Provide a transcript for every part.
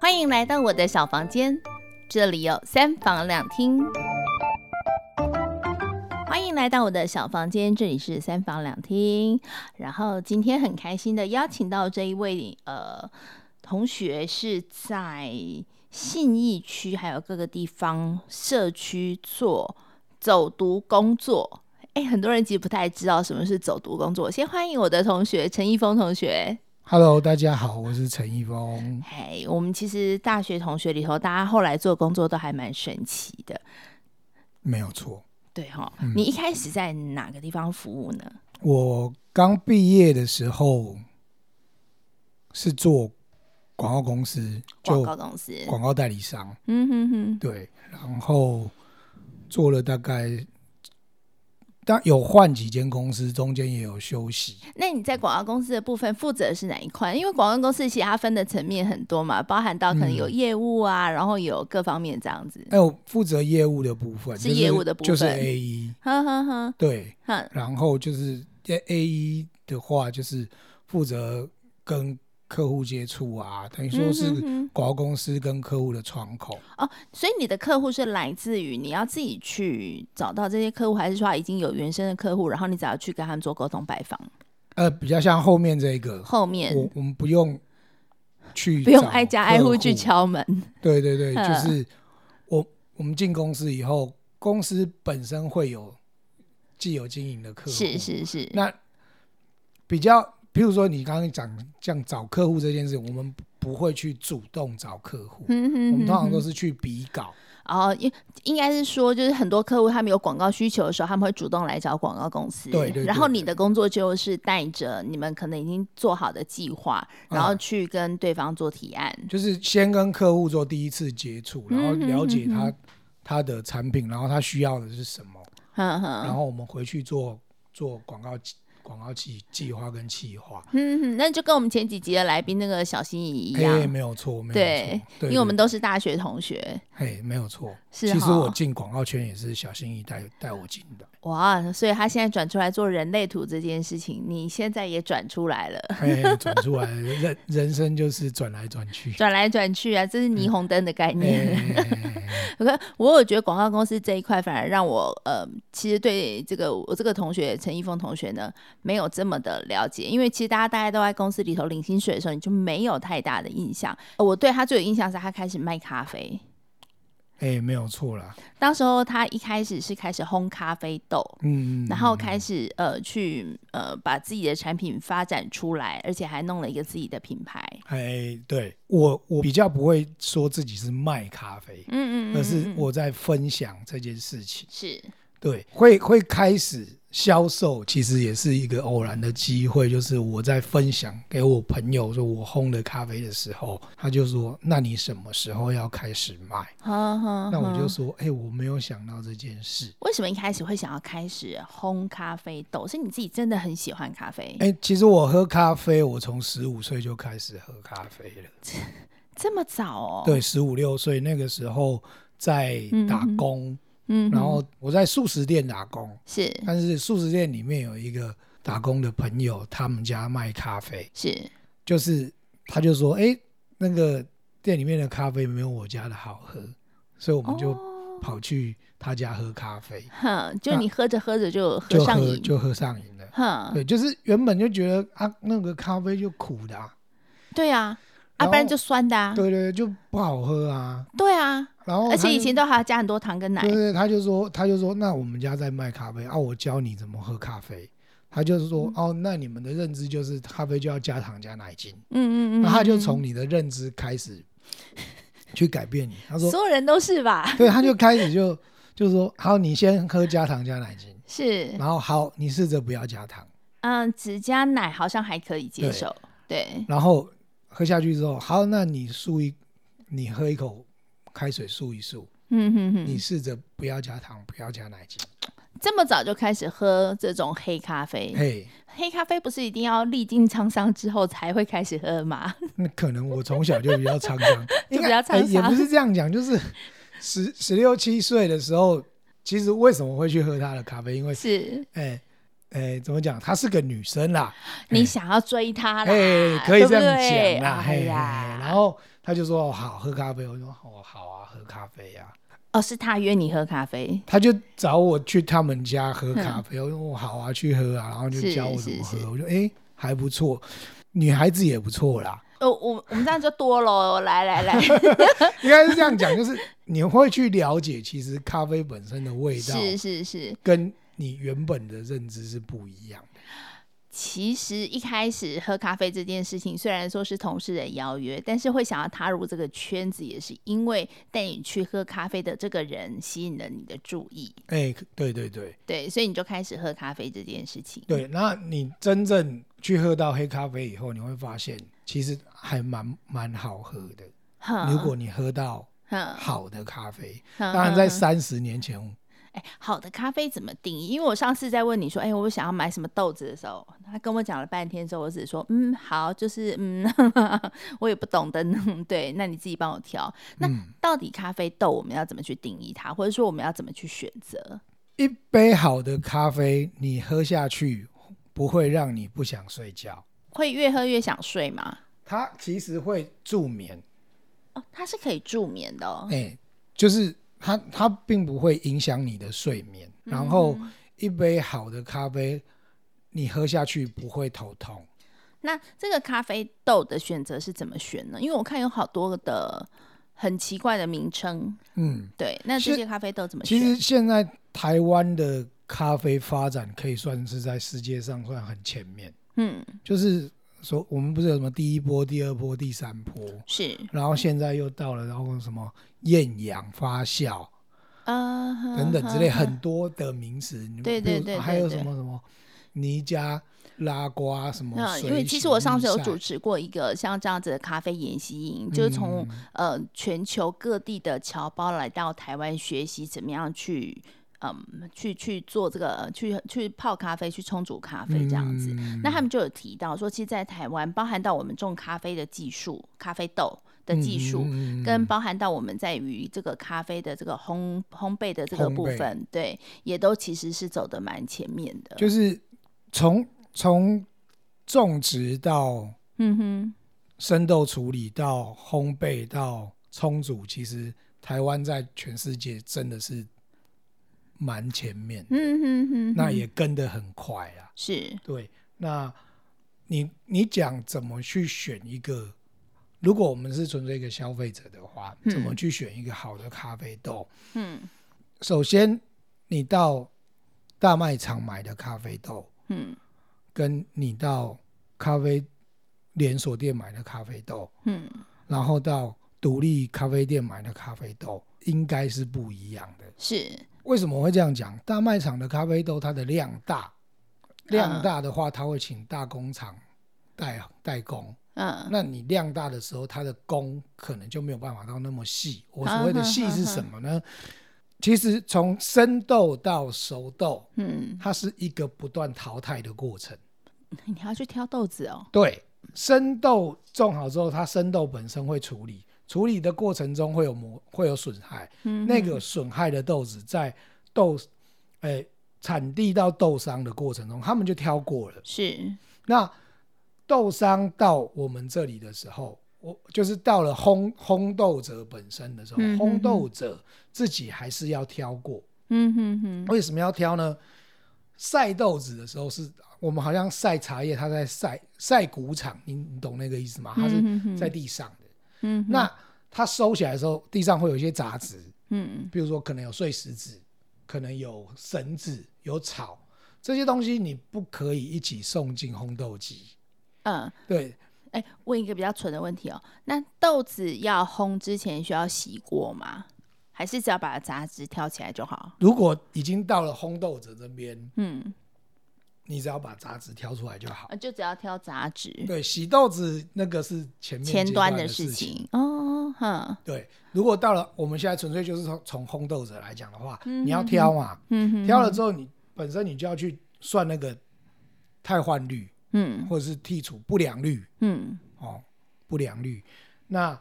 欢迎来到我的小房间，这里有三房两厅。欢迎来到我的小房间，这里是三房两厅。然后今天很开心的邀请到这一位呃同学是在信义区还有各个地方社区做走读工作。哎，很多人其实不太知道什么是走读工作。先欢迎我的同学陈一峰同学。 Hello，大家好，我是陈一峰。嘿我们其实大学同学里头，大家后来做工作都还蛮神奇的，没有错，对哈、嗯你一开始在哪个地方服务呢？我刚毕业的时候是做广告公司，广就告公司。广告代理商，嗯哼哼，对，然后做了大概，但有换几间公司，中间也有休息。那你在广告公司的部分负责的是哪一块？因为广告公司其实它分的层面很多嘛，包含到可能嗯有业务啊，然后有各方面这样子。哎，我负责业务的部分，是就业务的部就是分 A 一，哼哼哼对，哼，然后就是 A 一的话，就是负责跟客户接触啊，等于说是嗯哼哼广告公司跟客户的窗口。所以你的客户是来自于你要自己去找到这些客户，还是说已经有原生的客户，然后你只要去跟他们做沟通拜访？呃，比较像后面这个，后面我我们不用去不用找挨家挨户客去。敲门。对对对，嗯就是我我们进公司以后，公司本身会有既有经营的客户，是是是，那比较，譬如说你刚刚讲像找客户这件事，我们不会去主动找客户，嗯哼我们通常都是是去比稿。哦，应应该是说，就是很多客户他们有广告需求的时候，他们会主动来找广告公司。对对然后对你的工作就是带着你们可能已经做好的计划，然后嗯去跟对方做提案。就是先跟客户做第一次接触，然后嗯哼了解他、嗯他的产品，然后他需要的是什么，哼然哼，后我们回去做做广告计广告计计划跟计划。嗯哼，那就跟我们前几集的来宾那个小新怡一哎、样，没有错，没有错，对对，因为我们都是大学同学，哎、没有错。是其实哈我进广告圈也是小心翼翼带带我进 的。哇，所以他现在转出来做人类图这件事情，你现在也转出来了。哎、转出来，人人生就是转来转去。转来转去啊，这是霓虹灯的概哎、念。我看，我有觉得广告公司这一块反而让我呃，其实对这个我这个同学陈一峰同学呢，没有这么的了解，因为其实大家大家都在公司里头领薪水的时候，你就没有太大的印象。呃我对他最有印象是他开始卖咖啡，哎、没有错啦。当时候他一开始是开始烘咖啡豆，嗯，然后开始呃去呃把自己的产品发展出来，而且还弄了一个自己的品牌。哎、对我我比较不会说自己是卖咖啡，嗯嗯嗯，而是嗯嗯我在分享这件事情。是对，会会开始销售，其实也是一个偶然的机会，就是我在分享给我朋友说我烘的咖啡的时候，他就说：“那你什么时候要开始卖？”哈哈，那我哈就说：“哎、我没有想到这件事。为什么一开始会想要开始烘咖啡豆？是你自己真的很喜欢咖啡，哎、其实我喝咖啡，我从十五岁就开始喝咖啡了。这么早哦？对，，十五六岁那个时候在打嗯嗯工，嗯哼，然后我在素食店打工，是但是素食店里面有一个打工的朋友，他们家卖咖啡，是就是他就说，哎、那个店里面的咖啡没有我家的好喝，所以我们就哦跑去他家喝咖啡，哼，就那你喝着喝着就喝就上喝瘾，嗯就喝上瘾了。哼，对，就是原本就觉得啊，那个咖啡就苦的、啊，对啊，啊，然不然后就酸的啊，对对，就不好喝啊。对啊，然后而他且就以前都还要加很多糖跟奶嗯对，对，他就说，他就说，那我们家在卖咖啡啊，我教你怎么喝咖啡。他就是嗯说，哦，那你们的认知就是咖啡就要加糖加奶精，嗯嗯嗯，那他就嗯从你的认知 开始去改变你。他说，所有人都是吧？对，他就开始就就说，好，你先喝加糖加奶精，是，然后好，你试着不要加糖，嗯，只加奶好像还可以接对受，对，然后喝下去之后，好，那你漱一，你喝一口开水漱一漱，嗯哼哼你，试着不要加糖，不要加奶精，这么早就开始喝这种黑咖啡，嘿。黑咖啡不是一定要历经沧桑之后才会开始喝吗？那可能我从小就比较 沧桑，就应比较该沧呃也桑不是这样讲，就是十十六七岁的时候，其实为什么会去喝她的咖啡？因为是哎哎，怎么讲？她是个女生啦，你想要追他啦，嗯哎，可以这对样不对讲啦，哎嘿，呀，然然后他就说哦好喝咖啡，我说哦好啊喝咖啡呀、哦，是他约你喝咖啡，他就找我去他们家喝 咖啡，我说哦好啊去喝啊，然后就是教我怎么是是喝，我说哎、还不错，女孩子也不错啦，哦，我我们这样就多喽，来来来， 应该是这样讲，就是你会去了解其实咖啡本身的味道是是是，跟你原本的认知是不一样的，其实一开始喝咖啡这件事情，虽然说是同事的邀约，但是会想要踏入这个圈子，也是因为带你去喝咖啡的这个人吸引了你的注意，哎、对对对对，所以你就开始喝咖啡这件事情。对，那你真正去喝到黑咖啡以后，你会发现其实还蛮蛮好喝的，哼，如果你喝到哼好的咖啡，哼当然在哼三十年前，哎、好的咖啡怎么定义？因为我上次在问你说，哎、我想要买什么豆子的时候，他跟我讲了半天之后，我只说，嗯，好，就是嗯， 我也不懂的，嗯对，那你自己帮我挑。那嗯到底咖啡豆我们要怎么去定义它，或者说我们要怎么去选择？一杯好的咖啡你喝下去不会让你不想睡觉，会越喝越想睡吗？它其实会助眠，哦，它是可以助眠的哦哎、。就是它它并不会影响你的睡眠，然后一杯好的咖啡你喝下去不会头痛。 那这个咖啡豆的选择是怎么选呢？因为我看有好多的很奇怪的名称，嗯，对，那其这实些咖啡豆怎么其实选？现在台湾的咖啡发展可以算是在世界上算很前面，嗯，就是说我们不是有什么第一波、第二波、第三波，是，然后现在又到了然后什么厌氧发酵呃，等等之类呵呵很多的名词，你对比如对对还有对什么什么尼加拉瓜什么那水嗯洗，因为其实我上次有日晒主持过一个像这样子的咖啡研习营，就是从嗯呃全球各地的侨胞来到台湾学习怎么样去嗯去去做这个去去泡咖啡、去冲煮咖啡这样子。嗯那他们就有提到说，其实，在台湾包含到我们种咖啡的技术、咖啡豆的技术，嗯嗯嗯跟包含到我们在于这个咖啡的这个烘烘焙的这个烘部焙分，对，也都其实是走的蛮前面的。就是从从种植到嗯哼，生豆处理到烘焙到冲煮，其实台湾在全世界真的是蛮前面，嗯哼哼，那哼也跟得很快啦。是。对，那你你讲怎么去选一个？如果我们是纯粹一个消费者的话，嗯怎么去选一个好的咖啡豆？嗯首先，你到大卖场买的咖啡豆，嗯跟你到咖啡连锁店买的咖啡豆，嗯，然后到独立咖啡店买的咖啡豆，应该是不一样的。是为什么会这样讲？大卖场的咖啡豆它的量大，量大的话，它会请大工厂代代工。嗯那你量大的时候，它的工可能就没有办法到那么细。我所谓的细是什么呢？其实从生豆到熟豆，嗯，它是一个不断淘汰的过程。你还要去挑豆子哦。对，生豆种好之后，它生豆本身会处理，处理的过程中会有磨，会有损害。嗯，那个损害的豆子在豆，诶、产地到豆商的过程中，他们就挑过了。是那豆商到我们这里的时候，我就是到了烘烘豆者本身的时候，嗯哼烘豆者自己还是要挑过。嗯哼哼，为什么要挑呢？晒豆子的时候是我们好像晒茶叶，它在晒晒谷场，你你懂那个意思吗？它是嗯哼哼在地上的。嗯哼那它收起来的时候，地上会有一些杂质，嗯比如说可能有碎石子，可能有绳子、有草这些东西，你不可以一起送进烘豆机。嗯，对，哎，问一个比较蠢的问题哦。那豆子要烘之前需要洗过吗？还是只要把杂质挑起来就好？如果已经到了烘豆者这边，嗯，你只要把杂质挑出来就好。呃就只要挑杂质对，洗豆子那个是前面前阶端的事情。情哦，哼，对，如果到了我们现在纯粹就是从从烘豆者来讲的话，嗯你要挑嘛，嗯哼，挑了之后你本身你就要去算那个汰换率嗯或者是剔除不良率嗯哦，不良率。那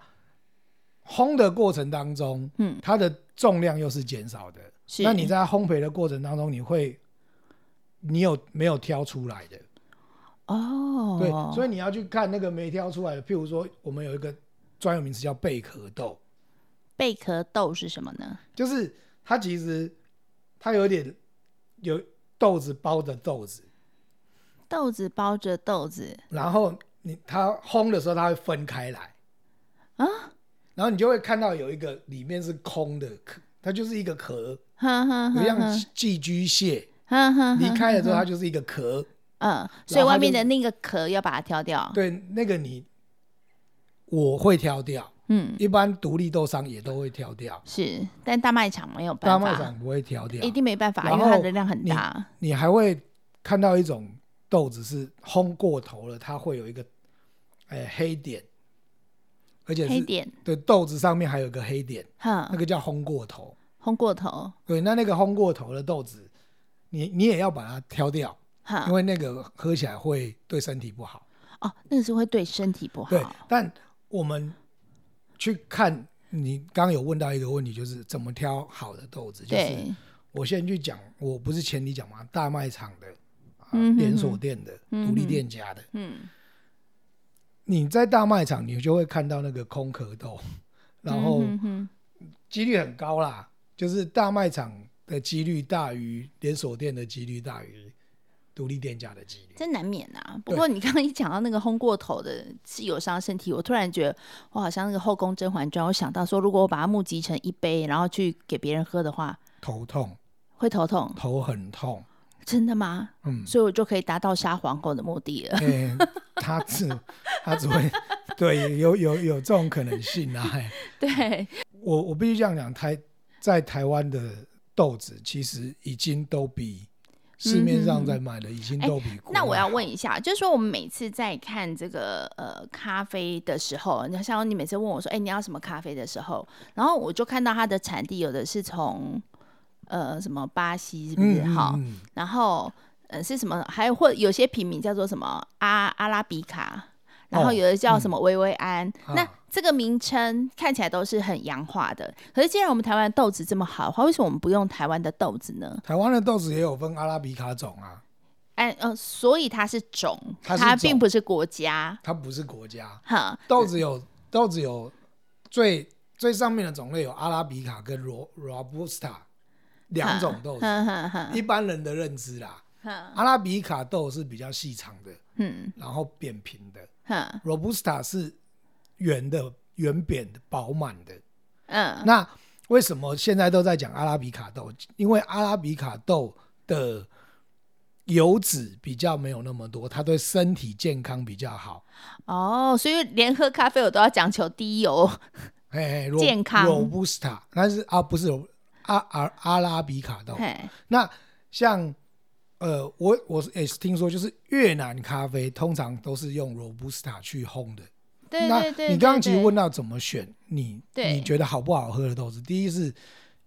烘的过程当中，嗯，它的重量又是减少的，是。那你在烘焙的过程当中，你会你有没有挑出来的？哦，对，所以哦以你要去看那个没挑出来的，譬如说我们有一个专有名词叫贝壳豆，贝壳豆是什么呢？就是它其实它有点有豆子包的豆子，豆子包着豆子然后你它烘的时候它会分开来，啊，然后你就会看到有一个里面是空的壳，它就是一个壳，哈哈有哈像哈寄居蟹哈哈，离哈开了之后它就是一个壳，嗯，所以外面就的那个壳要把它挑掉。对，那个你我会挑掉，嗯，一般独立豆商也都会挑掉，是，但大卖场没有大办法，卖场不会挑掉一，定没办法，然因后为它的量很大。你还会看到一种豆子是烘过头了，它会有一个哎、黑点，而且黑是点，嗯对豆子上面还有一个黑点，那哼，个叫烘过头。烘过头，对，那那个烘过头的豆子，你你也要把它挑掉，因哼，为那个喝起来会对身体不好。哦，那个是会对身体不对好。，但我们去看，你刚刚有问到一个问题，就是怎么挑好的豆子。就是对，我先去讲，我不是前提讲嘛，大卖场的、啊嗯哼连锁店的、嗯独立哼店家的，嗯，你在大卖场你就会看到那个空壳嗯豆，然后嗯哼哼几率很高啦，就是大卖场的几率大于连锁店的几率大于独立店家的几率。这难免啊。不过你刚刚一讲到那个烘过头的是有伤身体，我突然觉得我好像那个《后宫甄嬛传》，我想到说，如果我把它募集成一杯，然后去给别人喝的话，头痛，会头痛。头很痛，真的吗？嗯， 所以我就可以达到杀皇后的目的了。 欸、他只他只会对有有有这种可能性啊。欸对，我我必须这样讲，台在台湾的豆子其实已经都比市面上在卖的已经都比、嗯哎国那我外要好问一下，就是说我们每次在看这个呃咖啡的时候，你像你每次问我说，哎、你要什么咖啡的时候，然后我就看到它的产地有的是从呃什么巴西是不是嗯哈、嗯嗯然后呃是什么，还有或有些品名叫做什么阿阿拉比卡，然后哦有的叫什么维维安、啊那这个名称看起来都是很洋化的，可是既然我们台湾的豆子这么好的话，为什么我们不用台湾的豆子呢？台湾的豆子也有分阿拉比卡种啊，哎，呃，所以它是种，它是种并不是国家。它不是国家。哈，豆子有豆子有最最上面的种类有阿拉比卡跟罗 robusta 两种豆子，哼哼哼一般人的认知啦。哼阿拉比卡豆是比较细长的，嗯然后扁平的哼，robusta 是圆的、圆扁的、饱满的。嗯，那为什么现在都在讲阿拉比卡豆？因为阿拉比卡豆的油脂比较没有那么多，它对身体健康比较好。哦，所以连喝咖啡我都要讲求低油。哎，罗健康 robusta，但是啊，不是罗阿阿阿拉比卡豆。嘿，那像呃，我我也是听说，就是越南咖啡通常都是用 robusta 去烘的。对那对对，你刚刚其对实对问到怎么选，你对你觉得好不好喝的豆子？第一是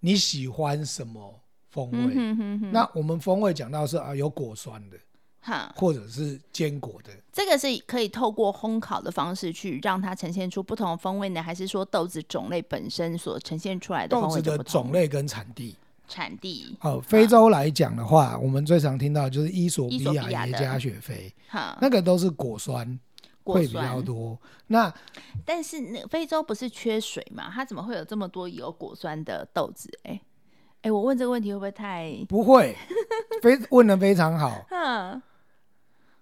你喜欢什么风嗯味？哼哼哼，那我们风味讲到是啊，有果酸的，哈，或者是坚果的。这个是可以透过烘烤的方式去让它呈现出不同的风味呢，还是说豆子种类本身所呈现出来的豆风味子就的不同嗯种类跟产地，产地？呃，非洲来讲的话，我们最常听到就是伊索比伊索比亚亚耶的加雪菲，哈，那个都是果酸果会比较酸。多。那但是那非洲不是缺水嘛？它怎么会有这么多有果酸的豆子、哎，哎、我问这个问题会不会太……不会，非 问的非常好。嗯，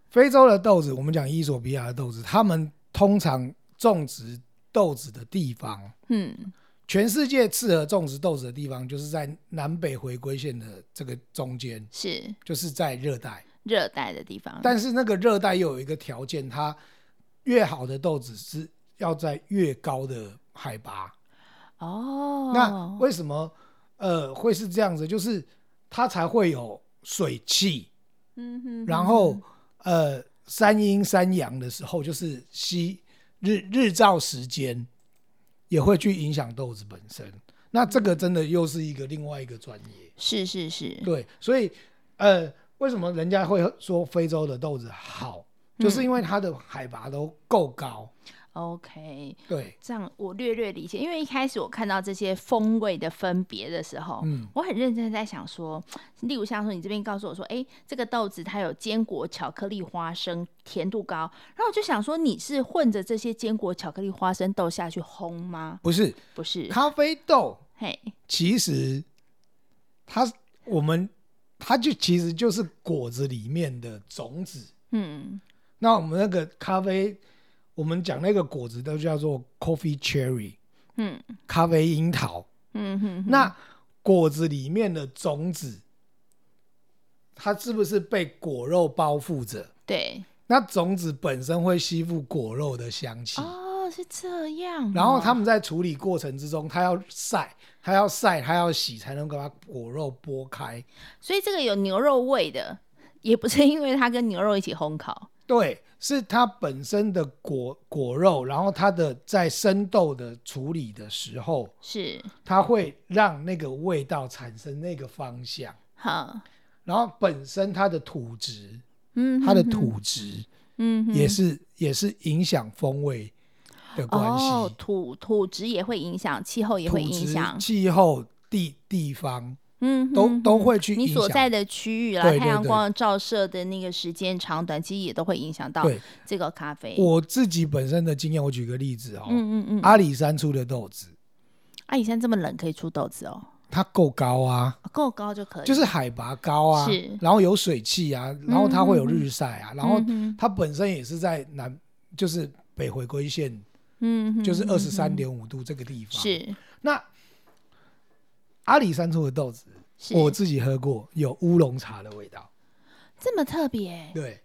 非洲的豆子，我们讲伊索比亚的豆子，他们通常种植豆子的地方，嗯，全世界适合种植豆子的地方，就是在南北回归线的这个中间，是就是在热带。热带的地方。但是那个热带又有一个条件，它越好的豆子是要在越高的海拔。哦，那为什么呃会是这样子？就是它才会有水汽，嗯哼，然后呃三阴三阳的时候，就是西日日照时间也会去影响豆子本身。那这个真的又是一个另外一个专业，是是是，对，所以呃为什么人家会说非洲的豆子好，就是因为它的海拔都够高， OK，对，这样我略略理解，因为一开始我看到这些风味的分别的时候，嗯，我很认真地在想说，例如像说你这边告诉我说，哎、这个豆子它有坚果、巧克力、花生，甜度高。然后我就想说，你是混着这些坚果、巧克力、花生豆下去烘吗？不是不是，咖啡豆，嘿，其实它我们它就其实就是果子里面的种子。嗯，那我们那个咖啡，我们讲那个果子都叫做 coffee cherry，嗯，咖啡樱桃。嗯哼哼，那果子里面的种子，它是不是被果肉包覆着？对，那种子本身会吸附果肉的香气，哦，是这样哦、啊然后他们在处理过程之中，它要晒，它要晒，它要洗，才能够把果肉剥开。所以这个有牛肉味的，也不是因为它跟牛肉一起烘烤。对，是它本身的果果肉，然后它的在生豆的处理的时候，是，它会让那个味道产生那个方向，好，然后本身它的土质，嗯，它的哼哼，土质嗯哼，也是、也是影响风味的关系，哦，土土质也会影响，气候也土会影质、响，气候、地地方嗯，都、哼都哼会去影你响。所在的区域啦，对太对阳对光照射的那个时间长短，其实也都会影响到对这个咖啡。我自己本身的经验，我举个例子哦，嗯嗯嗯，阿里山出的豆子，阿姨现在这么冷可以出豆子哦，它够高啊。够高就可以。就是海拔高啊是，然后有水汽啊，然后它会有日晒啊，然后嗯哼它本身也是在南，就是北回归线，嗯哼，就是嗯二十三点五度这个地方。，是那阿里山出的豆子，是，我自己喝过，有乌龙茶的味道。这么特别对，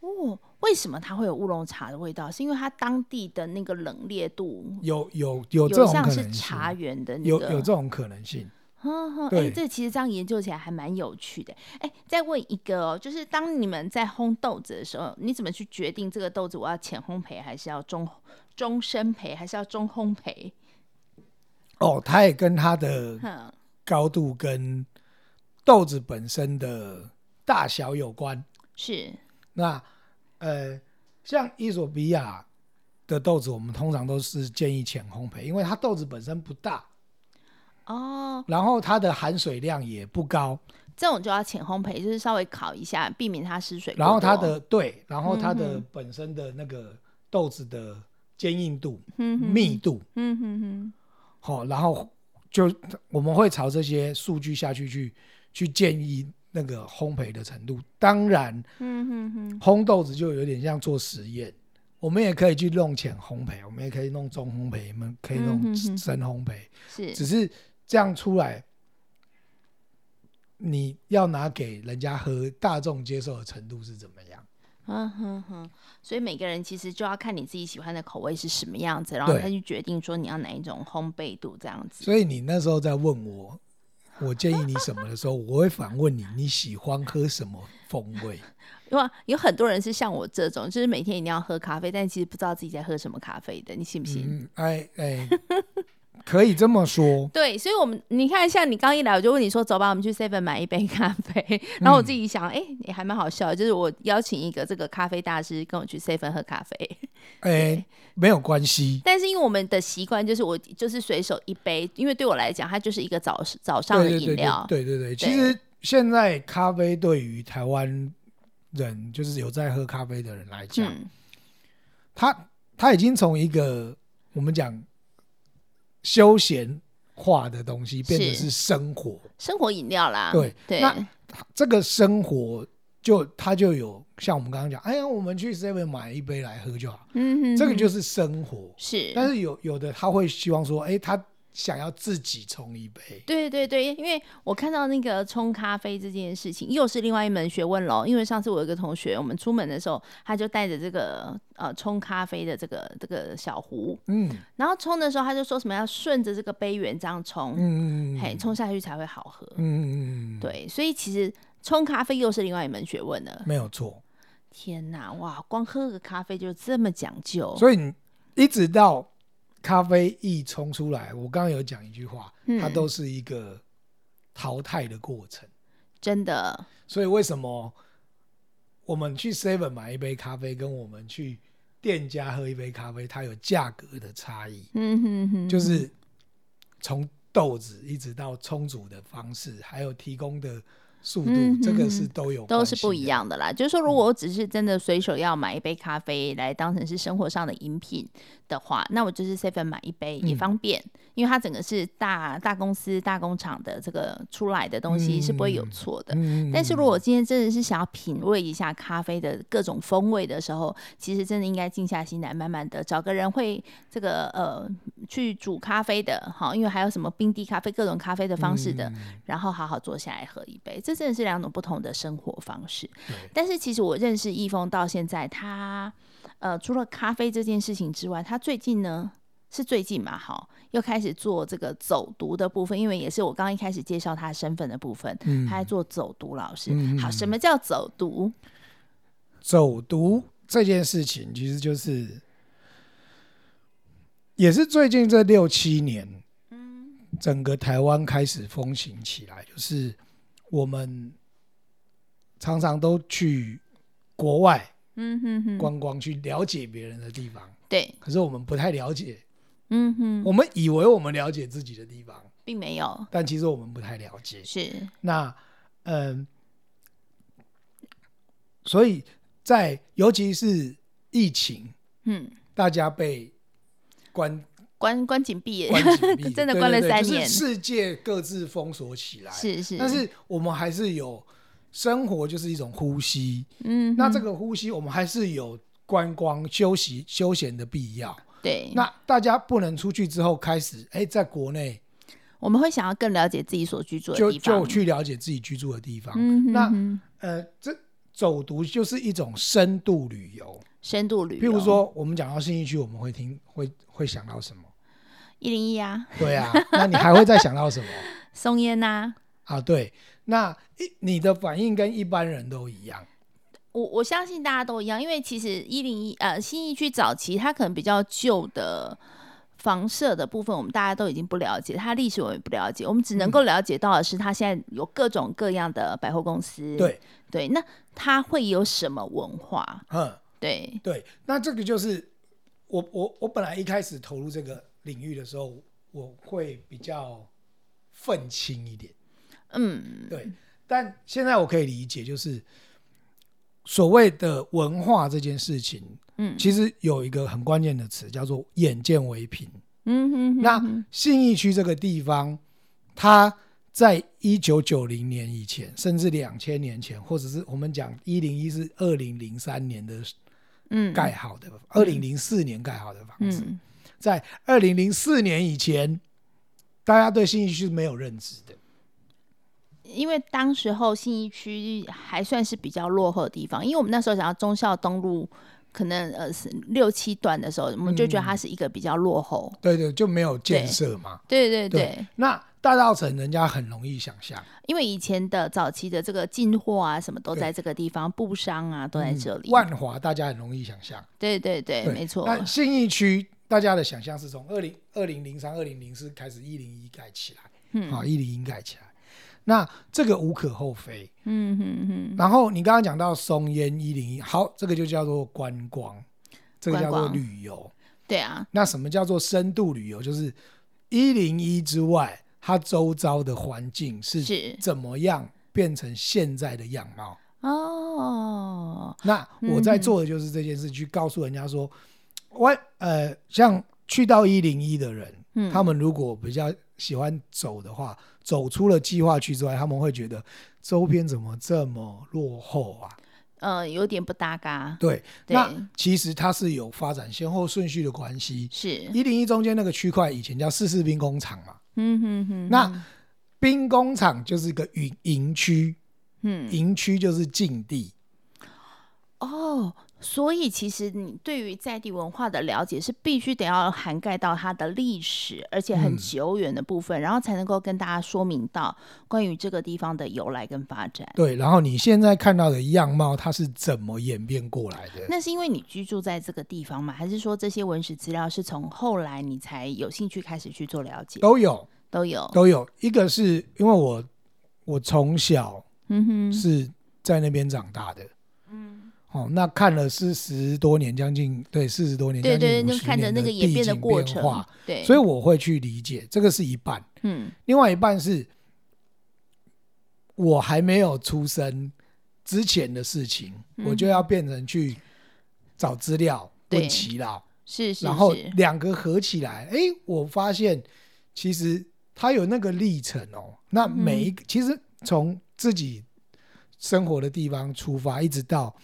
哦。为什么它会有乌龙茶的味道？是因为它当地的那个冷冽度有有有这有种像可是能性，茶园的那个有有这种可能性。哼哼，哎、对这其实这样研究起来还蛮有趣的。哎、再问一个哦，就是当你们在烘豆子的时候，你怎么去决定这个豆子我要浅烘焙，还是要中中深焙，还是要中烘焙？哦，它也跟它的哼，高度跟豆子本身的大小有关。是，那呃，像伊索比亚的豆子，我们通常都是建议浅烘焙，因为它豆子本身不大，哦，然后它的含水量也不高，这种就要浅烘焙，就是稍微烤一下，避免它失水过多。然后它的对，然后它嗯的本身的那个豆子的坚硬度、嗯哼密度，嗯哼哼，好、然后就我们会朝这些数据下去去去建议那个烘焙的程度。当然，嗯哼哼，烘豆子就有点像做实验，我们也可以去弄浅烘焙，我们也可以弄中烘焙，我们可以嗯弄哼哼深烘焙，只是，是这样出来，你要拿给人家和大众接受的程度是怎么样？嗯哼哼，所以每个人其实就要看你自己喜欢的口味是什么样子，然后对再去决定说你要哪一种烘焙度这样子。所以你那时候在问我，我建议你什么的时候，我会反问你，你喜欢喝什么风 味？因为有很多人是像我这种，就是每天一定要喝咖啡，但其实不知道自己在喝什么咖啡的，你信不信？嗯，哎哎，可以这么说，对，所以，我们你看，像你刚一来，我就问你说，走吧，我们去 Seven 买一杯咖啡。然后我自己想，哎、也还蛮好笑的，就是我邀请一个这个咖啡大师跟我去 Seven 喝咖啡，哎，没有关系。但是因为我们的习惯就是我就是随手一杯，因为对我来讲，它就是一个早早上的对对饮对料。对对对，其实现在咖啡对于台湾人，就是有在喝咖啡的人来讲，嗯，他他已经从一个我们讲休闲化的东西，变成是是生活。生活饮料啦。对对，那这个生活就它就有像我们刚刚讲，哎呀，我们去 Seven 买一杯来喝就好，嗯哼，这个哼就是生活。是，但是有有的他会希望说，哎，他想要自己冲一杯。对对对，因为我看到那个冲咖啡这件事情，又是另外一门学问喽。因为上次我有一个同学，我们出门的时候，他就带着这个呃冲咖啡的这个这个小壶，嗯然后冲的时候他就说什么要顺着这个杯缘这样冲，嗯嗯嗯嘿，冲下去才会好喝。嗯嗯嗯，对，所以其实冲咖啡又是另外一门学问了。没有错。天哪，哇，光喝个咖啡就这么讲究，所以你一直到咖啡一冲出来，我刚刚有讲一句话，嗯它都是一个淘汰的过程。真的，所以为什么我们去 Seven 买一杯咖啡，跟我们去店家喝一杯咖啡，它有价格的差异，嗯哼哼，就是从豆子一直到冲煮的方式，还有提供的速度，嗯这个嗯是嗯都有都关是系不的嗯一。样的啦。就是说，如果我只是真的随手要买一杯咖啡来当成是生活上的饮品的话，那我就是 seven 买一杯也嗯方便，因为它整个是大大公司、大工厂的这个出来的东西是不会有嗯错的。嗯但是如果我今天真的是想要品味一下咖啡的各种风味的时候，其实真的应该静下心来，慢慢的找个人会这个呃去煮咖啡的，好，因为还有什么冰滴咖啡、各种咖啡的方式的，然后好好坐下来喝一杯，这真的是两种不同的生活方式对。但是其实我认识易峰到现在，他呃除了咖啡这件事情之外，他最近呢是最近嘛，好，又开始做这个走读的部分，因为也是我刚刚一开始介绍他身份的部分，嗯他在做走读老师。嗯嗯好，嗯什么叫走读？走读这件事情，其实就是也是最近这六七年，整个台湾开始风行起来，就是我们常常都去国外嗯哼哼，观光，去了解别人的地方，对，可是我们不太了解，嗯哼，我们以为我们了解自己的地方，并没有，但其实我们不太了解。是，那嗯，所以在尤其是疫情，嗯，大家被 关关关紧闭，关紧闭，真的对关了对对三就是年，世界各自封锁起来。，是是，但是我们还是有生活，就是一种呼吸。嗯哼，那这个呼吸，我们还是有观光、休息、休闲的必要。对，那大家不能出去之后，开始哎，在国内我们会想要更了解自己所居住的就地方，就去了解自己居住的地方。嗯哼那哼呃，这走读就是一种深度旅游。深度旅譬游，如说，我们讲到信义区，我们会听会会想到什么？一零一啊，对啊，那你还会再想到什么松烟呐、啊？对，那一你的反应跟一般人都一样，我我相信大家都一样，因为其实一零一呃新义区早期它可能比较旧的房舍的部分，我们大家都已经不了解，它历史我们也不了解，我们只能够了解到的是它现在有各种各样的百货公司，对，对，那它会有什么文化？嗯，对，对。那这个就是我我我本来一开始投入这个领域的时候，我会比较愤青一点，嗯，对。但现在我可以理解，就是所谓的文化这件事情，嗯其实有一个很关键的词叫做“眼见为凭”。嗯哼哼那哼信义区这个地方，它在一九九零年以前，甚至两千年前，或者是我们讲一零一是二零零三年的嗯盖好的，二零零四年盖好的房子，嗯在二零零四年以前，大家对信义区是没有认知的。因为当时候信义区还算是比较落后的地方，因为我们那时候想要忠孝东路，可能呃是六七段的时候，我们就觉得嗯它是一个比较落后。对对，就没有建设嘛。对对对，那大稻城人家很容易想象，因为以前的早期的这个进货啊，什么都对在这个地方，布商啊都在这里。万华大家很容易想象。对对对，对没错。那信义区大家的想象是从二零二零零三、二零零四开始一零一盖起来，嗯啊，一零一盖起来，那这个无可厚非。嗯哼哼，然后你刚刚讲到松烟一零一，好，这个就叫做观光，这个叫观做光旅游。对啊，那什么叫做深度旅游？就是一零一之外，它周遭的环境是是怎么样变成现在的样貌？哦，那我在做的就是这件事，去告诉人家说，我呃，像去到一零一的人，嗯他们如果比较喜欢走的话，走出了计划区之外，他们会觉得周边怎么这么落后啊？呃，有点不搭嘎。对，对那其实它是有发展先后顺序的关系。是，一零一中间那个区块以前叫四四兵工厂嘛，嗯哼哼，那兵工厂就是一个营营区，嗯。营区就是禁地。哦，所以其实你对于在地文化的了解是必须得要涵盖到它的历史，而且很嗯久远的部分，然后才能够跟大家说明到关于这个地方的由来跟发展。对，然后你现在看到的样貌，它是怎么演变过来的？那是因为你居住在这个地方吗？还是说这些文史资料是从后来你才有兴趣开始去做了解？都有，都有，都有。一个是因为我我从小嗯哼，是在那边长大的，嗯，哦，那看了四十多年，将近对四十多年，对对对，将近就50看着年那个演地变的景过变程化，对，所以以我会去理解，这个是一半，嗯另外一半是我还没有出生之前的事情，嗯我就要变成去找资料对问齐老，是是然后是，两个合起来，哎，我发现其实它有那个历程哦。那嗯每一个、其实从自己生活的地方出发，一直到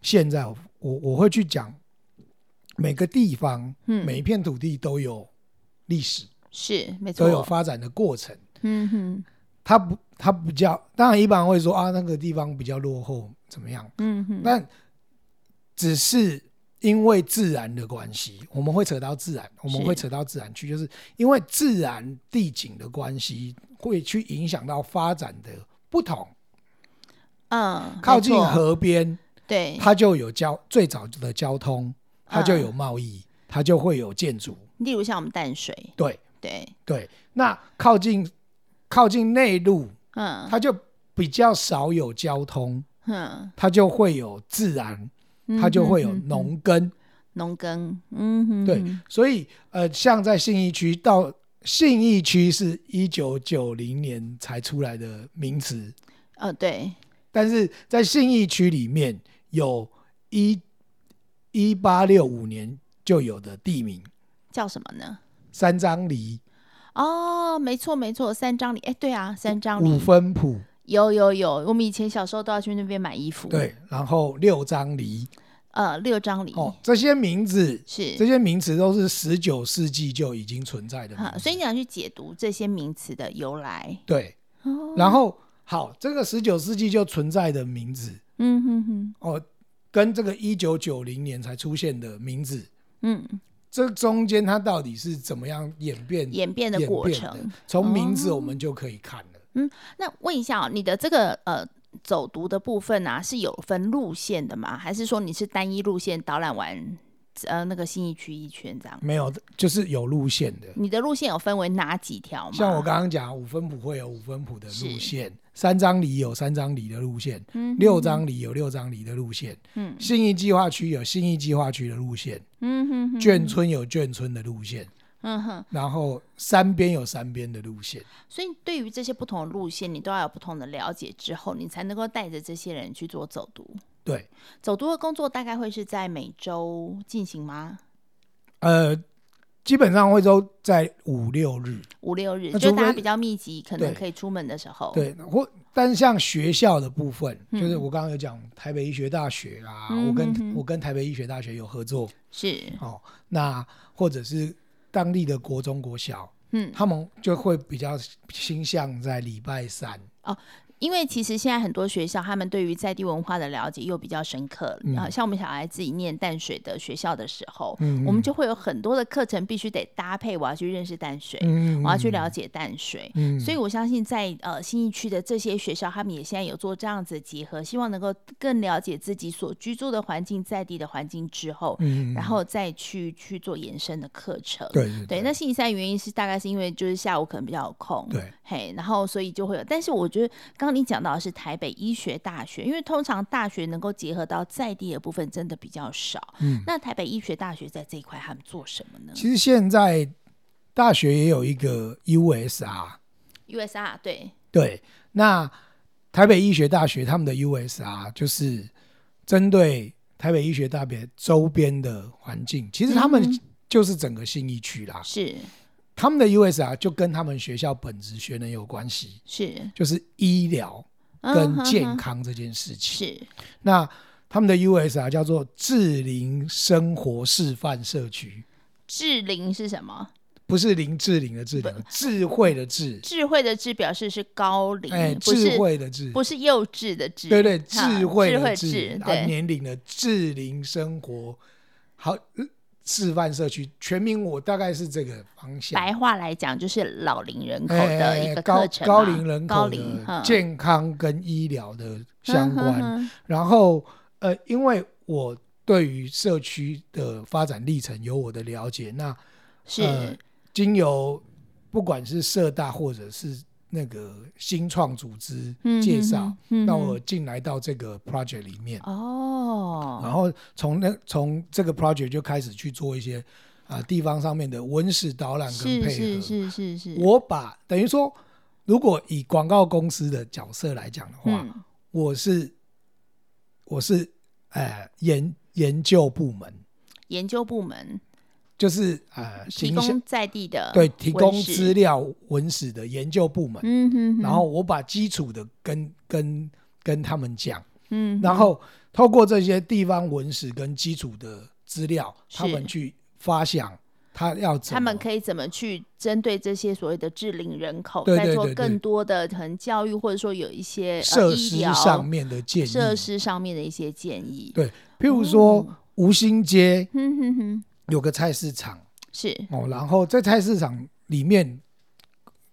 现在，我我会去讲每个地方、嗯每一片土地都有历史，是没都有错，发展的过程。嗯哼它不，它比较，当然一般会说啊，那个地方比较落后，怎么样？嗯哼，但只是因为自然的关系，我们会扯到自然，我们是会扯到自然去，就是因为自然地景的关系，会去影响到发展的不同。嗯，靠没近错河边，对，它就有交最早的交通，它就嗯有贸易，它就会有建筑。例如像我们淡水，对对，对，那靠近靠近内陆，嗯它就比较少有交通，嗯，它就会有自然，嗯它就会有哼哼农耕。农耕，嗯哼，对哼，所以呃，像在信义区到信义区是一九九零年才出来的名词，呃，对，但是在信义区里面有一一八六五年就有的地名叫什么呢？三张犁、哦，没错没错，三张里，哎，对啊，三张五里分埔，有有有，我们以前小时候都要去那边买衣服，，对，然后六张犁呃，六张里哦，这些名字。是这。些名词都是十九世纪就已经存在的名哈，字，所以你要去解读这些名词的由来。对，哦，然后好，这个十九世纪就存在的名字嗯哼哼，哦，跟这个一九九零年才出现的名字，嗯，这中间它到底是怎么样演变演变的演过变程的。？从名字哦我们就可以看了。那问一下、哦，你的这个呃走读的部分啊，是有分路线的吗？还是说你是单一路线导览完呃那个新义区一圈这样？没有，就是有路线的。你的路线有分为哪几条吗？像我刚刚讲，五分谱会有五分谱的是路线，三张犁有三张犁的路线，嗯六张犁有六张犁的路线，嗯信义计划区有信义计划区的路线，嗯哼哼眷村有眷村的路线，嗯哼，然后山边有山边的路线。所以对于这些不同的路线，你都要有不同的了解之后，你才能够带着这些人去做走读。对，走读的工作大概会是在每周进行吗？呃，基本上会都在五六日，五六日，那就除大家非比较密集，可能对可以出门的时候。，对，或但像学校的部分，哦嗯就是我刚刚有讲台北医学大学啊，嗯我跟哼哼我跟台北医学大学有合作是，哦，那或者是当地的国中国小，嗯，他们就会比较倾向在礼拜三，因为其实现在很多学校，他们对于在地文化的了解又比较深刻啊、嗯像我们小孩自己念淡水的学校的时候，嗯我们就会有很多的课程必须得搭配，我要去认识淡水，嗯我要去了解淡水。嗯所以，我相信在呃新义区的这些学校，他们也现在有做这样子的结合，希望能够更了解自己所居住的环境、在地的环境之后，嗯然后再去去做延伸的课程。对对，那星期三原因是大概是因为就是下午可能比较有空，对，嘿，然后所以就会有。但是我觉得刚刚你讲到的是台北医学大学，因为通常大学能够结合到在地的部分真的比较少。嗯那台北医学大学在这一块他们做什么呢其实现在大学也有一个 USR， ？USR 对，对，那台北医学大学他们的 USR 就是针对台北医学大学周边的环境，其实他们嗯就是整个信义区啦。是他们的 USR 就跟他们学校本职学能有关系，是就是医疗嗯跟哼健哼康这件事情。是那他们的 USR 叫做智龄生活示范社区，智龄是什么？不是林志玲的志玲，智慧的智，智慧的智表示是高龄，哎，不是智慧的智，不是幼稚的智，对对，哈智慧智的慧智，智啊，对，年龄的智龄生活，好呃示范社区，全民我大概是这个方向。白话来讲就是老龄人口哎的一个高课程嘛、高龄人高口龄的健康跟医疗的相关，嗯然后呃，因为我对于社区的发展历程有我的了解，那是、呃经由不管是社大或者是那个新创组织嗯介绍，嗯嗯让我进来到这个 project 里面，哦，然后从那从这个 project 就开始去做一些啊、呃地方上面的文史导览跟是配合。是是是是，我把等于说，如果以广告公司的角色来讲的话，嗯我是我是呃研研究部门，研究部门就是呃提形象供在地的对提供文史资，料文史的研究部门，嗯哼哼，然后我把基础的跟跟跟他们讲，嗯，然后透过这些地方文史跟基础的资料，是他们去发想他要怎么他们可以怎么去针对这些所谓的适龄人口，对再对做对对更多的可能教育，或者说有一些设呃医施疗上面的建议，设施上面的一些建议。嗯对，譬如说、哦吴兴街哼哼哼，有个菜市场是哦，然后在菜市场里面，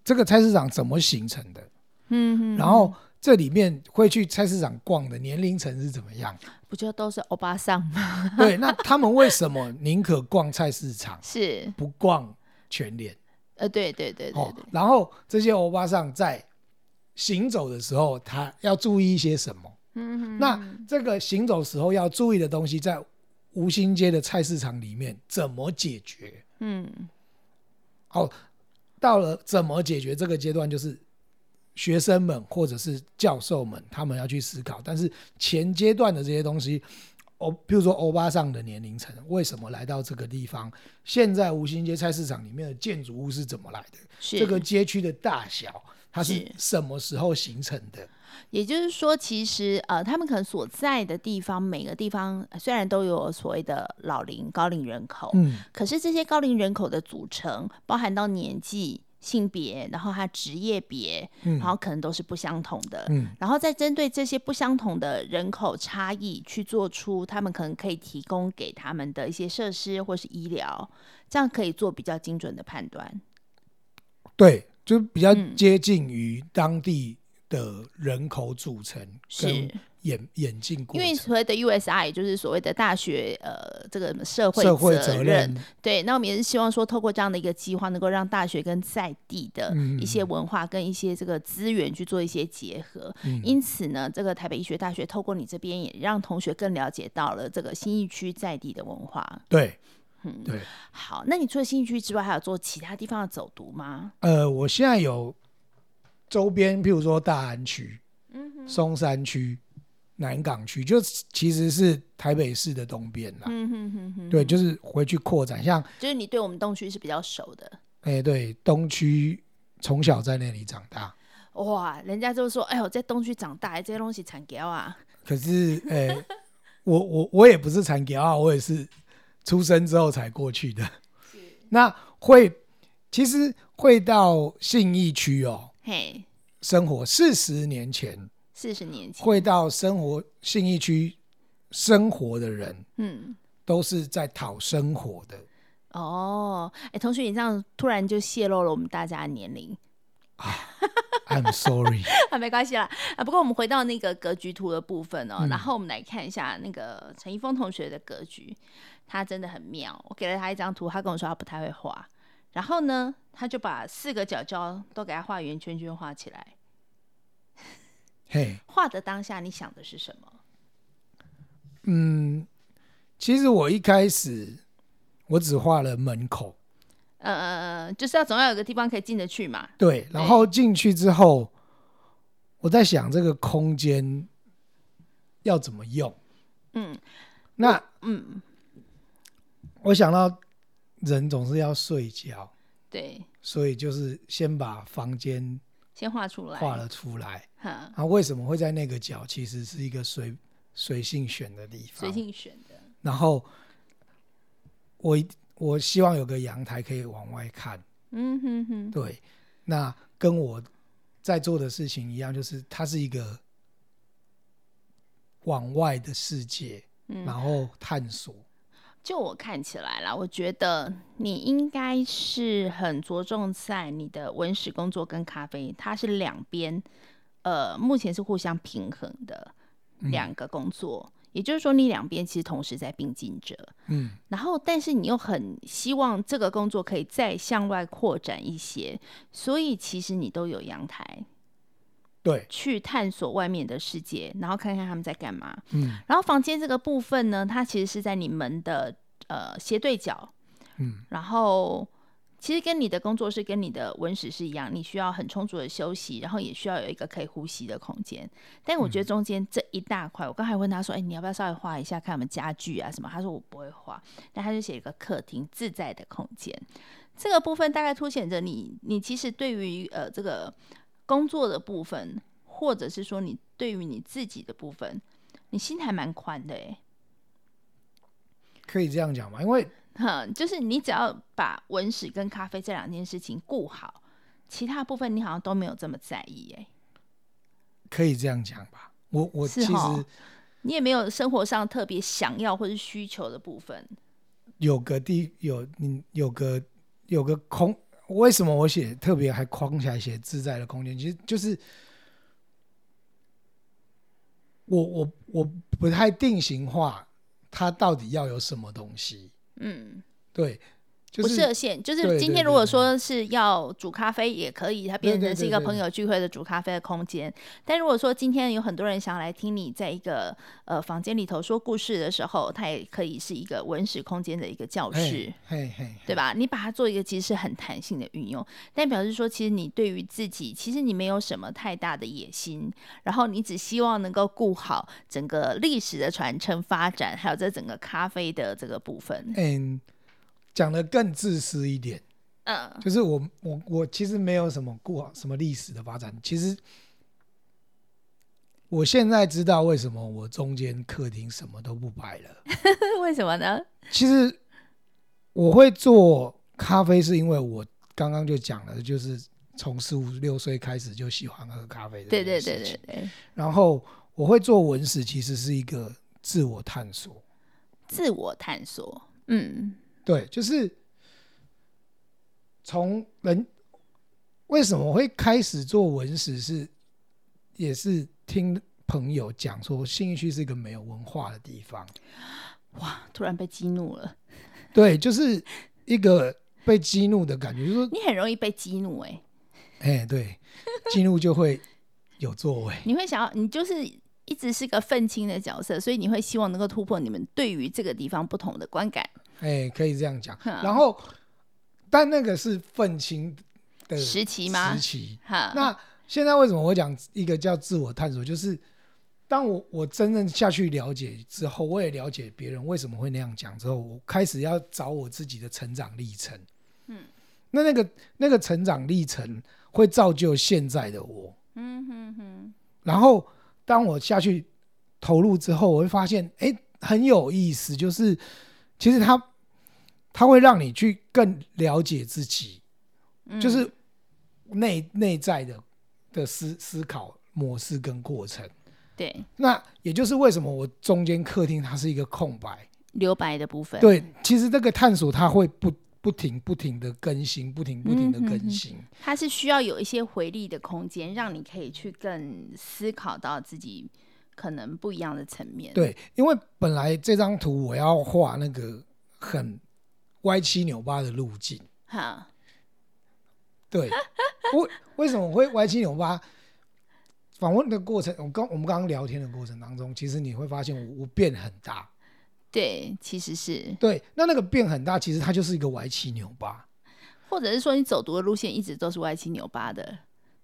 这个菜市场怎么形成的？嗯哼，然后这里面会去菜市场逛的年龄层是怎么样？不就都是欧巴桑吗？对，那他们为什么宁可逛菜市场是，不逛全联？呃，对对对对哦对，，然后这些欧巴桑在行走的时候，他要注意一些什么？嗯哼，那这个行走时候要注意的东西，在吴兴街的菜市场里面怎么解决？嗯，哦，到了怎么解决这个阶段，就是学生们或者是教授们他们要去思考。但是前阶段的这些东西，欧，譬如说欧巴桑的年龄层为什么来到这个地方？现在吴兴街菜市场里面的建筑物是怎么来的？是这个街区的大小，它是是哦什么时候形成的？也就是说，其实呃，他们可能所在的地方，每个地方呃虽然都有所谓的老龄、高龄人口，嗯，可是这些高龄人口的组成，包含到年纪、性别，然后他职业别，嗯然后可能都是不相同的。嗯然后再针对这些不相同的人口差异，去做出他们可能可以提供给他们的一些设施或是医疗，这样可以做比较精准的判断。对，就比较嗯接近于当地的人口组成跟是演演进过因程，为所谓的 USI 也就是所谓的大学呃这个社会社会责责任对，那我们也是希望说，透过这样的一个计划，能够让大学跟在地的嗯一些文化跟一些这个资源去做一些结合。嗯因此呢，这个台北医学大学透过你这边，也让同学更了解到了这个新义区在地的文化。嗯对，对，好，那你除了新义区之外，还有做其他地方的走读吗？呃，我现在有周边，譬如说大安区、松山区、南港区，就其实是台北市的东边啦。嗯哼哼哼，对，就是回去扩展，像就是你对我们东区是比较熟的。哎、对，东区从小在那里长大，哇，人家就说，哎呦，在东区长大，这些东西产给啊，可是呃、我我我也不是残疾啊，我也是出生之后才过去的。那会其实会到信义区哦嘿，生活，四十年前四十年前，会到生活信义区生活的人，嗯。都是在讨生活的。哦，哎、同学，你这样突然就泄露了我们大家的年龄 I'm sorry，啊， 没关系啦啊。不过我们回到那个格局图的部分哦，然后我们来看一下那个陈一峰同学的格局，他真的很妙。我给了他一张图，他跟我说他不太会画，然后呢，他就把四个角角都给他画圆圈圈画起来。嘿，画的当下，你想的是什么？嗯，其实我一开始我只画了门口，呃，就是要总要有个地方可以进得去嘛。对，然后进去之后，我在想这个空间要怎么用。嗯，那嗯，我想到人总是要睡觉，对，所以就是先把房间先画出来。画了出来。哈，啊，为什么会在那个角？其实是一个随随性选的地随方。性选的。然后我一我希望有个阳台可以往外看。嗯哼哼，对，那跟我在做的事情一样，就是它是一个往外的世界，然后探索。就我看起来啦，我觉得你应该是很着重在你的文史工作跟咖啡，它是两边，呃，目前是互相平衡的两个工作。也就是说，你两边其实同时在并进着，嗯，然后但是你又很希望这个工作可以再向外扩展一些，所以其实你都有阳台对，去探索外面的世界，然后看看他们在干嘛。嗯然后房间这个部分呢，它其实是在你们的呃斜对角，嗯，然后其实跟你的工作室跟你的文史是一样，你需要很充足的休息，然后也需要有一个可以呼吸的空间。但我觉嗯得中间这一大块，我刚才问他说：“哎，你要不要稍微画一下，看我们家具啊什么？”他说：“我不会画。”但他就写一个客厅自在的空间。这个部分大概凸显着你，你其实对于呃这个工作的部分，或者是说你对于你自己的部分，你心还蛮宽的哎、可以这样讲嘛，因为 哼，就是你只要把文史跟咖啡这两件事情顾好，其他部分你好像都没有这么在意哎、可以这样讲吧。我我是其实齁你也没有生活上特别想要或是需求的部分。有个地有你有个有个空，为什么我写特别还框起来写自在的空间？其实就是我我我不太定型化，它到底要有什么东西？嗯，对，就不设是限，就对是今天对对如果对说是要煮咖啡也可以，它对变对成是对一个对朋友聚会的煮咖啡的空间。但如果说今天有很多人想来听你在一个呃房间里头说故事的时候，它也可以是一个文史空间的一个教室。嘿嘿嘿，对吧？你把它做一个其实是很弹性的运用，但表示说，其实你对于自己，其实你没有什么太大的野心，然后你只希望能够顾好整个历史的传承发展，还有这整个咖啡的这个部分。嗯，讲的更自私一点， 嗯就是我我我其实没有什么过什么历史的发展，其实我现在知道为什么我中间客厅什么都不摆了。为什么呢？其实我会做咖啡，是因为我刚刚就讲了，就是从十五六岁开始就喜欢喝咖啡的。对对对对。对，然后我会做文史，其实是一个自我探索。自我探索。嗯对，就是从人为什么会开始做文史是，也是听朋友讲说，信义区是一个没有文化的地方。哇，突然被激怒了，对，就是一个被激怒的感觉，就是说你很容易被激怒哎、哎、对，进入就会有座位。你会想要，你就是一直是个愤青的角色，所以你会希望能够突破你们对于这个地方不同的观感。哎、可以这样 讲。哈然后，但那个是愤青的嗯时期吗时期。哈，那现在为什么我讲一个叫自我探索？就是当我我真正下去了解之后，我也了解别人为什么会那样讲之后，我开始要找我自己的成长历程。嗯，那那个那个成长历程会造就现在的我。嗯哼哼。然后当我下去投入之后，我会发现，哎，很有意思，就是其实它它会让你去更了解自己，嗯就是内内在的的思思考模式跟过程。对那也就是为什么我中间客厅它是一个空白，留白的部分，对，其实这个探索它会不不停不停的更新，不停不停的嗯哼更哼新。它是需要有一些回力的空间，让你可以去更思考到自己可能不一样的层面。，对，因为本来这张图我要画那个很歪七扭八的路径。哈，对，为为什么我会歪七扭八？访问的过程，我刚我们刚刚聊天的过程当中，其实你会发现我我变很大。对，其实是，对，那那个变很大，其实它就是一个歪七扭八。或者是说你走读的路线一直都是歪七扭八的，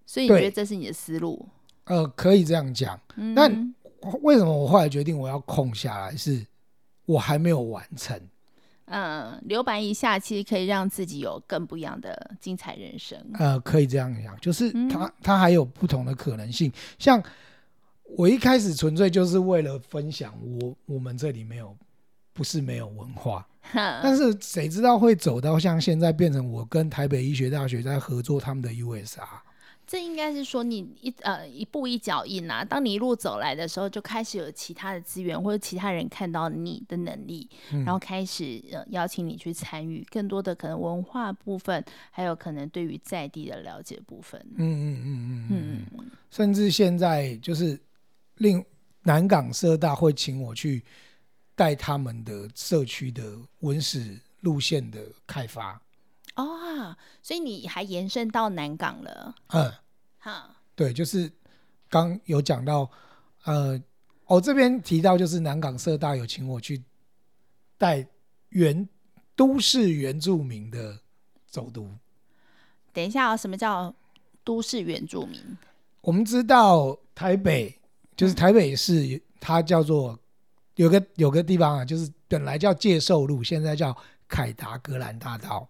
所以你觉对得这是你的思路？呃，可以这样讲。嗯，那为什么我后来决定我要空下来？是我还没有完成。嗯，留白一下，其实可以让自己有更不一样的精彩人生。呃，可以这样讲，就是嗯它它还有不同的可能性。像我一开始纯粹就是为了分享我我们这里没有不是没有文化，哈，但是谁知道会走到像现在变成我跟台北医学大学在合作他们的 USR。这应该是说你一呃一步一脚印啊，当你一路走来的时候，就开始有其他的资源或者其他人看到你的能力，嗯然后开始呃邀请你去参与更多的可能文化部分，还有可能对于在地的了嗯解部分。嗯嗯嗯嗯嗯，嗯，甚至现在就是另南港社大会请我去带他们的社区的文史路线的开发。哦，所以你还延伸到南港了，嗯，哈，对，就是刚有讲到，呃，我、这边提到就是南港社大有请我去带原都市原住民的走读。等一下、哦，什么叫都市原住民？我们知道台北就是台北市，它叫做有个有个地方啊，就是本来叫介寿路，现在叫凯达格兰大道。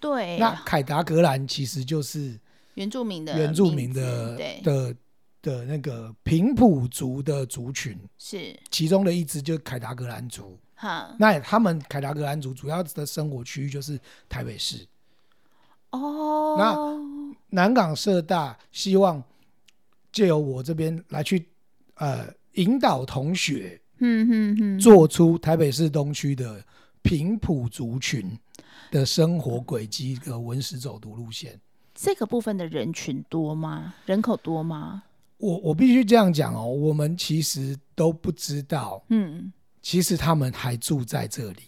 对，啊那凯达格兰其实就是原住民的原住民名字的对，的的那个平埔族的族群，是其中的一支就是凯达格兰族。哈，那他们凯达格兰族主要的生活区域就是台北市。哦，南港社大希望借由我这边来去呃引导同学嗯嗯嗯，做出台北市东区的平埔族群的生活轨迹和文史走读路线。这个部分的人群多吗？人口多吗？我我必须这样讲哦，我们其实都不知道，嗯，其实他们还住在这里，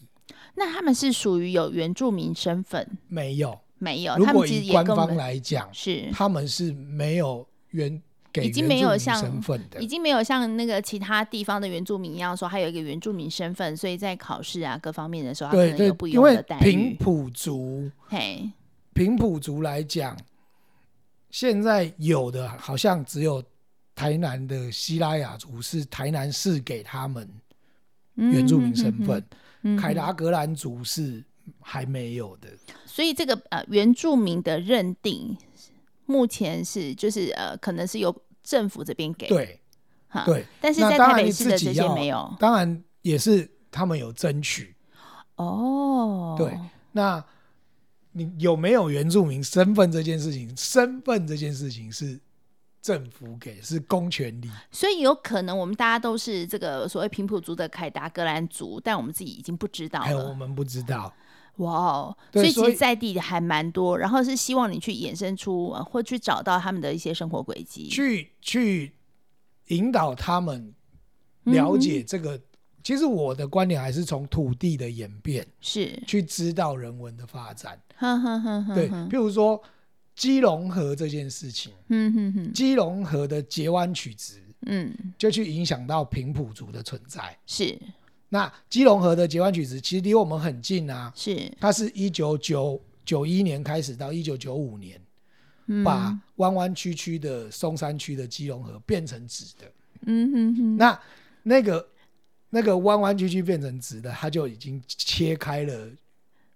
那他们是属于有原住民身份没有。没有？如哦他果们其实以也官跟我方们来讲，是他们是没有原给已经原没有住民像身份的已，经没有像那个其他地方的原住民一样说，还有一个原住民身份，所以在考试啊各方面的时候，他可对能对有不，一因样为的待平遇。埔族嘿，平埔族来讲，现在有的好像只有台南的西拉雅族是台南市给他们原住民身份，嗯凯达格兰族是还没有的。所以这个呃原住民的认定，目前是就是呃可能是由政府这边给，对哈，对，但是那啊在当台然北你市自的己这些要啊没有当然也是他们有争取。哦，对，那你有没有原住民身份这件事情？身份这件事情是政府给，是公权力。所以有可能我们大家都是这个所谓平埔族的凯达格兰族，但我们自己已经不知道还有我了。们不知道。哇哦，哎对所以其所以实在地的还蛮多，然后是希望你去衍生出、呃或去找到他们的一些生活轨迹。去去引导他们嗯了解这个。其实我的观点还是从土地的演变是，去知道人文的发展。哼哼哼哼，对，嗯哼譬如说基隆河这件事情，嗯哼哼，基隆河的截弯曲直嗯，就去影响到平埔族的存在。是那基隆河的截弯曲直其实离我们很近啊，是，它是一九九九一年开始到一九九五年，嗯把弯弯曲曲的松山区的基隆河变成直的。嗯哼哼，那那个那个弯弯曲曲变成直的，它就已经切开了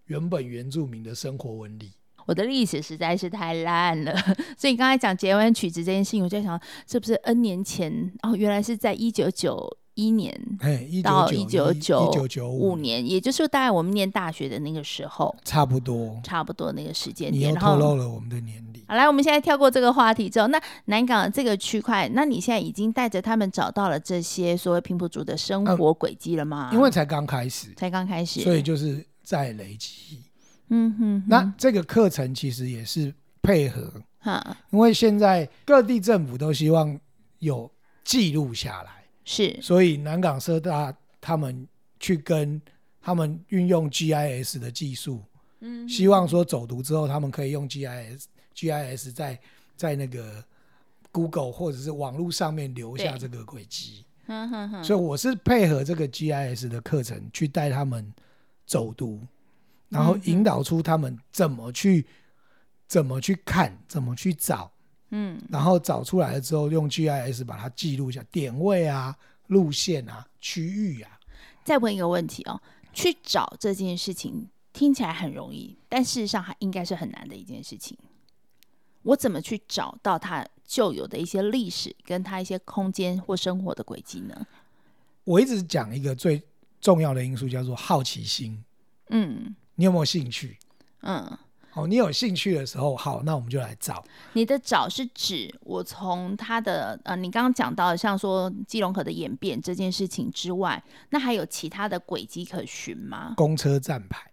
原本原住民的生活纹理。我的历史实在是太烂了， 所以刚才讲结婚曲子这件事情，我就想，这不是 N 年前哦，原来是在一九九一年嘿，一到一九一九九五五年，也就是大概我们念大学的那个时候，差不多。差不多那个时间你点。又然透露后，了我们的年龄。好，来，我们现在跳过这个话题之后，那南港这个区块，那你现在已经带着他们找到了这些所谓平埔族的生活轨迹了吗？嗯因为才刚开始，才刚开始，所以就是在累积。嗯哼哼，那这个课程其实也是配合，哈因为现在各地政府都希望有记录下来。是所以南港社大他们去跟他们运用 GIS 的技术，嗯，希望说走读之后，他们可以用 GIS GIS 在在那个 Google 或者是网络上面留下对这个轨迹。哼哼哼，所以我是配合这个 GIS 的课程去带他们走读，然后引导出他们怎么去怎么去看，怎么去找，嗯，然后找出来了之后，用 GIS 把它记录一下点位啊、路线啊、区域啊。再问一个问题哦，去找这件事情听起来很容易，但事实上它应该是很难的一件事情。我怎么去找到它旧有的一些历史，跟它一些空间或生活的轨迹呢？我一直讲一个最重要的因素叫做好奇心，嗯你有没有兴趣？嗯，哦，你有兴趣的时候，好，那我们就来找。你的找是指我从它的呃，你刚刚讲到的像说基隆河的演变这件事情之外，那还有其他的轨迹可循吗？公车站牌，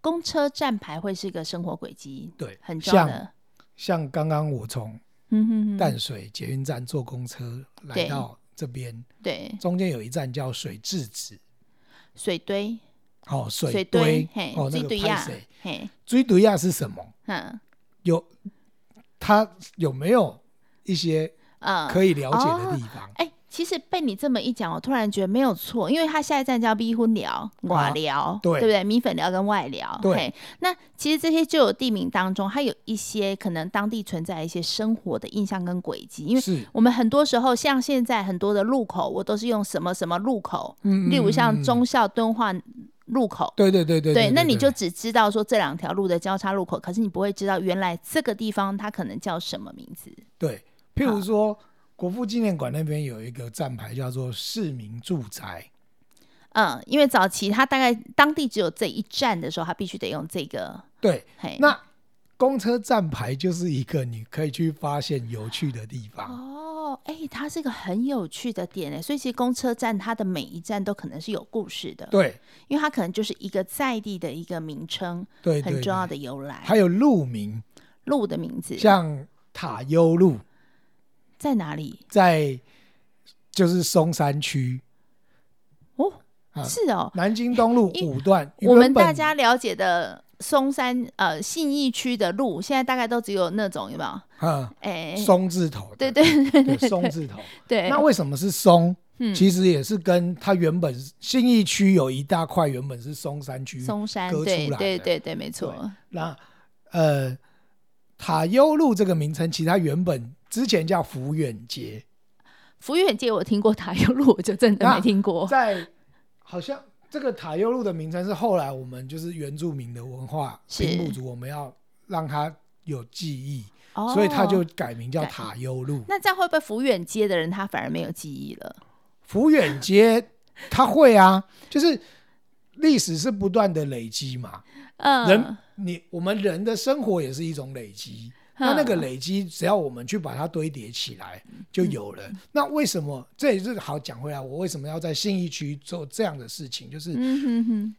公车站牌会是一个生活轨迹，对，很重要像的。像刚刚我从嗯哼哼，淡水捷运站坐公车来对到这边，对，中间有一站叫水质子，水堆，哦，水水堆堆，，嘿，哦，那水个堆拍呀谁？，嘿，追毒亚是什么？嗯有它有没有一些嗯，可以了解的地方？哎、其实被你这么一讲，我突然觉得没有错，因为他下一站叫逼婚寮、瓦寮，对不对？米粉寮跟外寮，对嘿。那其实这些就有地名当中，它有一些可能当地存在一些生活的印象跟轨迹，因为。是，我们很多时候，像现在很多的路口，我都是用什么什么路口，嗯例如像，嗯嗯忠孝敦化路口，对对对对对，那你对就只知道说这两条路的交叉路口，可是你不会知道原来这个地方它可能叫什么名字。对，譬如说国父纪念馆那边有一个站牌叫做市民住宅，嗯，因为早期它大概当地只有这一站的时候，它必须得用这个。对，嘿，那公车站牌就是一个你可以去发现有趣的地方。哦，哎、它是一个很有趣的点哎，所以其实公车站它的每一站都可能是有故事的，对因为它可能就是一个在地的一个名称，对对，很重要对。的由来，还有路名，路的名字像塔悠路，在哪里？在就是松山区哦，啊是哦，南京东路因五段，我们原本大家了解的松山呃信义区的路，现在大概都只有那种有没有？啊哎、松字头的，对对对对对松字头。对，那为什么是松？嗯其实也是跟它原本信义区有一大块原本是松山区，松山割出对来对的对对，没错，那呃塔悠路这个名称，其实它原本之前叫福远街，福远街我听过塔悠路，我就真的那没听过。在好像这个塔悠路的名称是后来我们就是原住民的文化是平埔族，我们要让它有记忆，哦所以它就改名叫改塔悠路。那这样会不会福远街的人他反而没有记忆了？福远街，它会啊， 就是历史是不断的累积嘛。嗯，人，你我们人的生活也是一种累积，那那个嗯累积，只要我们去把它堆叠起来，就有了。那为什么？这也是好讲回来，我为什么要在信义区做这样的事情？就是嗯哼哼，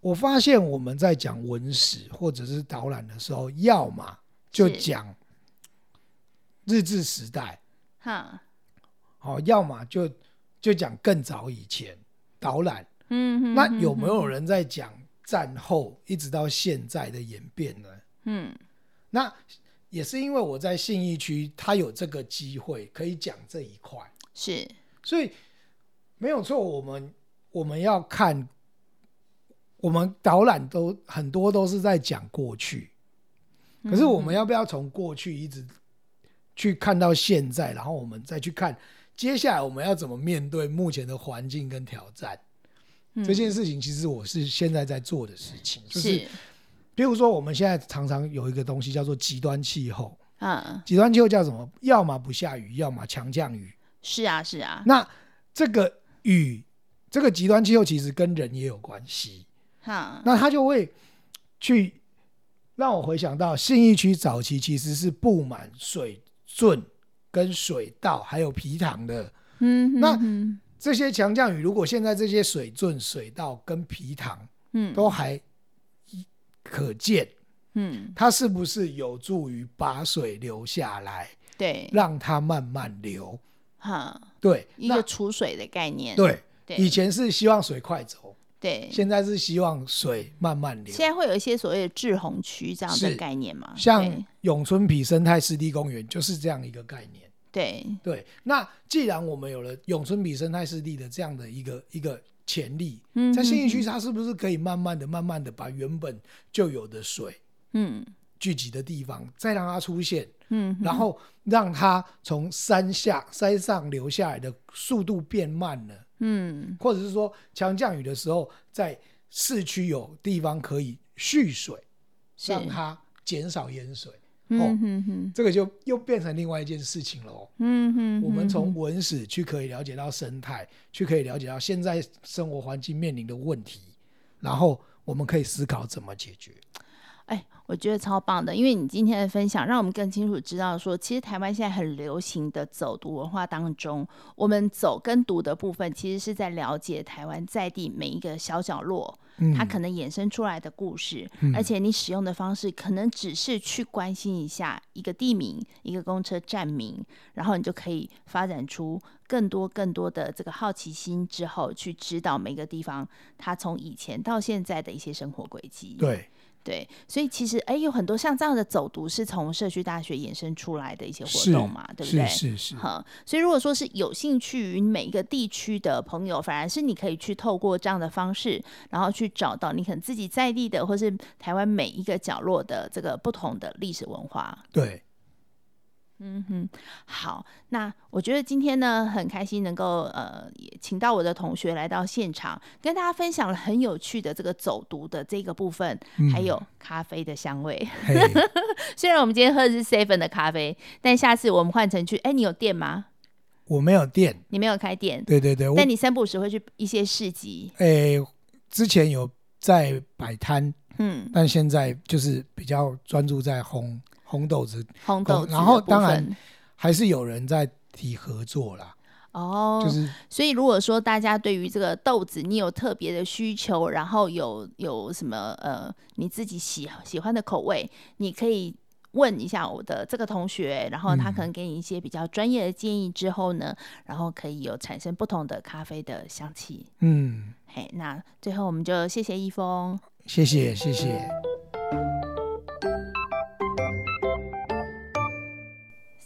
我发现我们在讲文史或者是导览的时候，要么就是讲日治时代，哈，哦，要么就就讲更早以前导览。嗯哼，那有没有人在讲战后一直到现在的演变呢？嗯那也是因为我在信义区，他有这个机会可以讲这一块，是所以没有错。我们我们要看，我们导览都很多都是在讲过去，嗯可是我们要不要从过去一直去看到现在，然后我们再去看接下来我们要怎么面对目前的环境跟挑战？这件事情其实我是现在在做的事情，就是嗯是比如说我们现在常常有一个东西叫做极端气候，嗯极端气候叫什么？要么不下雨，要么强降雨。是啊是啊，那这个雨，这个极端气候其实跟人也有关系。哈，那它就会去让我回想到信义区早期其实是布满水圳、跟水稻还有皮塘的。嗯哼那哼这些强降雨，如果现在这些水圳、水稻跟皮塘嗯都还可见，嗯它是不是有助于把水流下来，对，让它慢慢流？哈，对，一那个储水的概念，对，对以前是希望水快走，对。现在是希望水慢慢流现。在会有一些所谓的滞洪区这样的是概念嘛？像啊对永春皮生态湿地公园就是这样一个概念。对，对，那既然我们有了永春皮生态湿地的这样的一个一个潜力，嗯在新义哼区，它是不是可以慢慢的、慢慢的把原本就有的水嗯聚集的地方，再让它出现，嗯哼，然后让它从山下、山上流下来的速度变慢了？嗯或者是说强降雨的时候，在市区有地方可以蓄水，是让它减少淹水，哦嗯哼哼这个就又变成另外一件事情了哦。嗯哼，我们哼从文史去可以了解到生态，去可以了解到现在生活环境面临的问题，然后我们可以思考怎么解决。哎，我觉得超棒的，因为你今天的分享，让我们更清楚知道说，其实台湾现在很流行的走读文化当中，我们走跟读的部分，其实是在了解台湾在地每一个小角落，嗯它可能衍生出来的故事，而且你使用的方式可能只是去关心一下一个地名、一个公车站名，然后你就可以发展出更多更多的这个好奇心，之后去知道每个地方它从以前到现在的一些生活轨迹。对对所以其实哎，有很多像这样的走读是从社区大学衍生出来的一些活是动嘛，对不对？是是是，好，所以如果说是有兴趣于每一个地区的朋友，反而是你可以去透过这样的方式，然后去找到你可能自己在地的，或是台湾每一个角落的这个不同的历史文化。对，嗯哼，好，那我觉得今天呢，很开心能够呃，也请到我的同学来到现场，跟大家分享了很有趣的这个走读的这个部分，嗯还有咖啡的香味。 嘿，虽然我们今天喝的是 seven 的咖啡，但下次我们换成去，哎、你有店吗？我没有电，你没有开店，对对对，我但你三不五时会去一些市集，诶、之前有在摆摊，嗯，但现在就是比较专注在红红豆子，红豆子的然后部当然分还是有人在提合作啦，哦，就是所以如果说大家对于这个豆子你有特别的需求，然后有有什么呃你自己喜喜欢的口味，你可以。问一下我的这个同学，然后他嗯可能给你一些比较专业的建议之后呢，然后可以有产生不同的咖啡的香气。嗯，嘿，那最后我们就谢谢易峰。谢谢谢谢，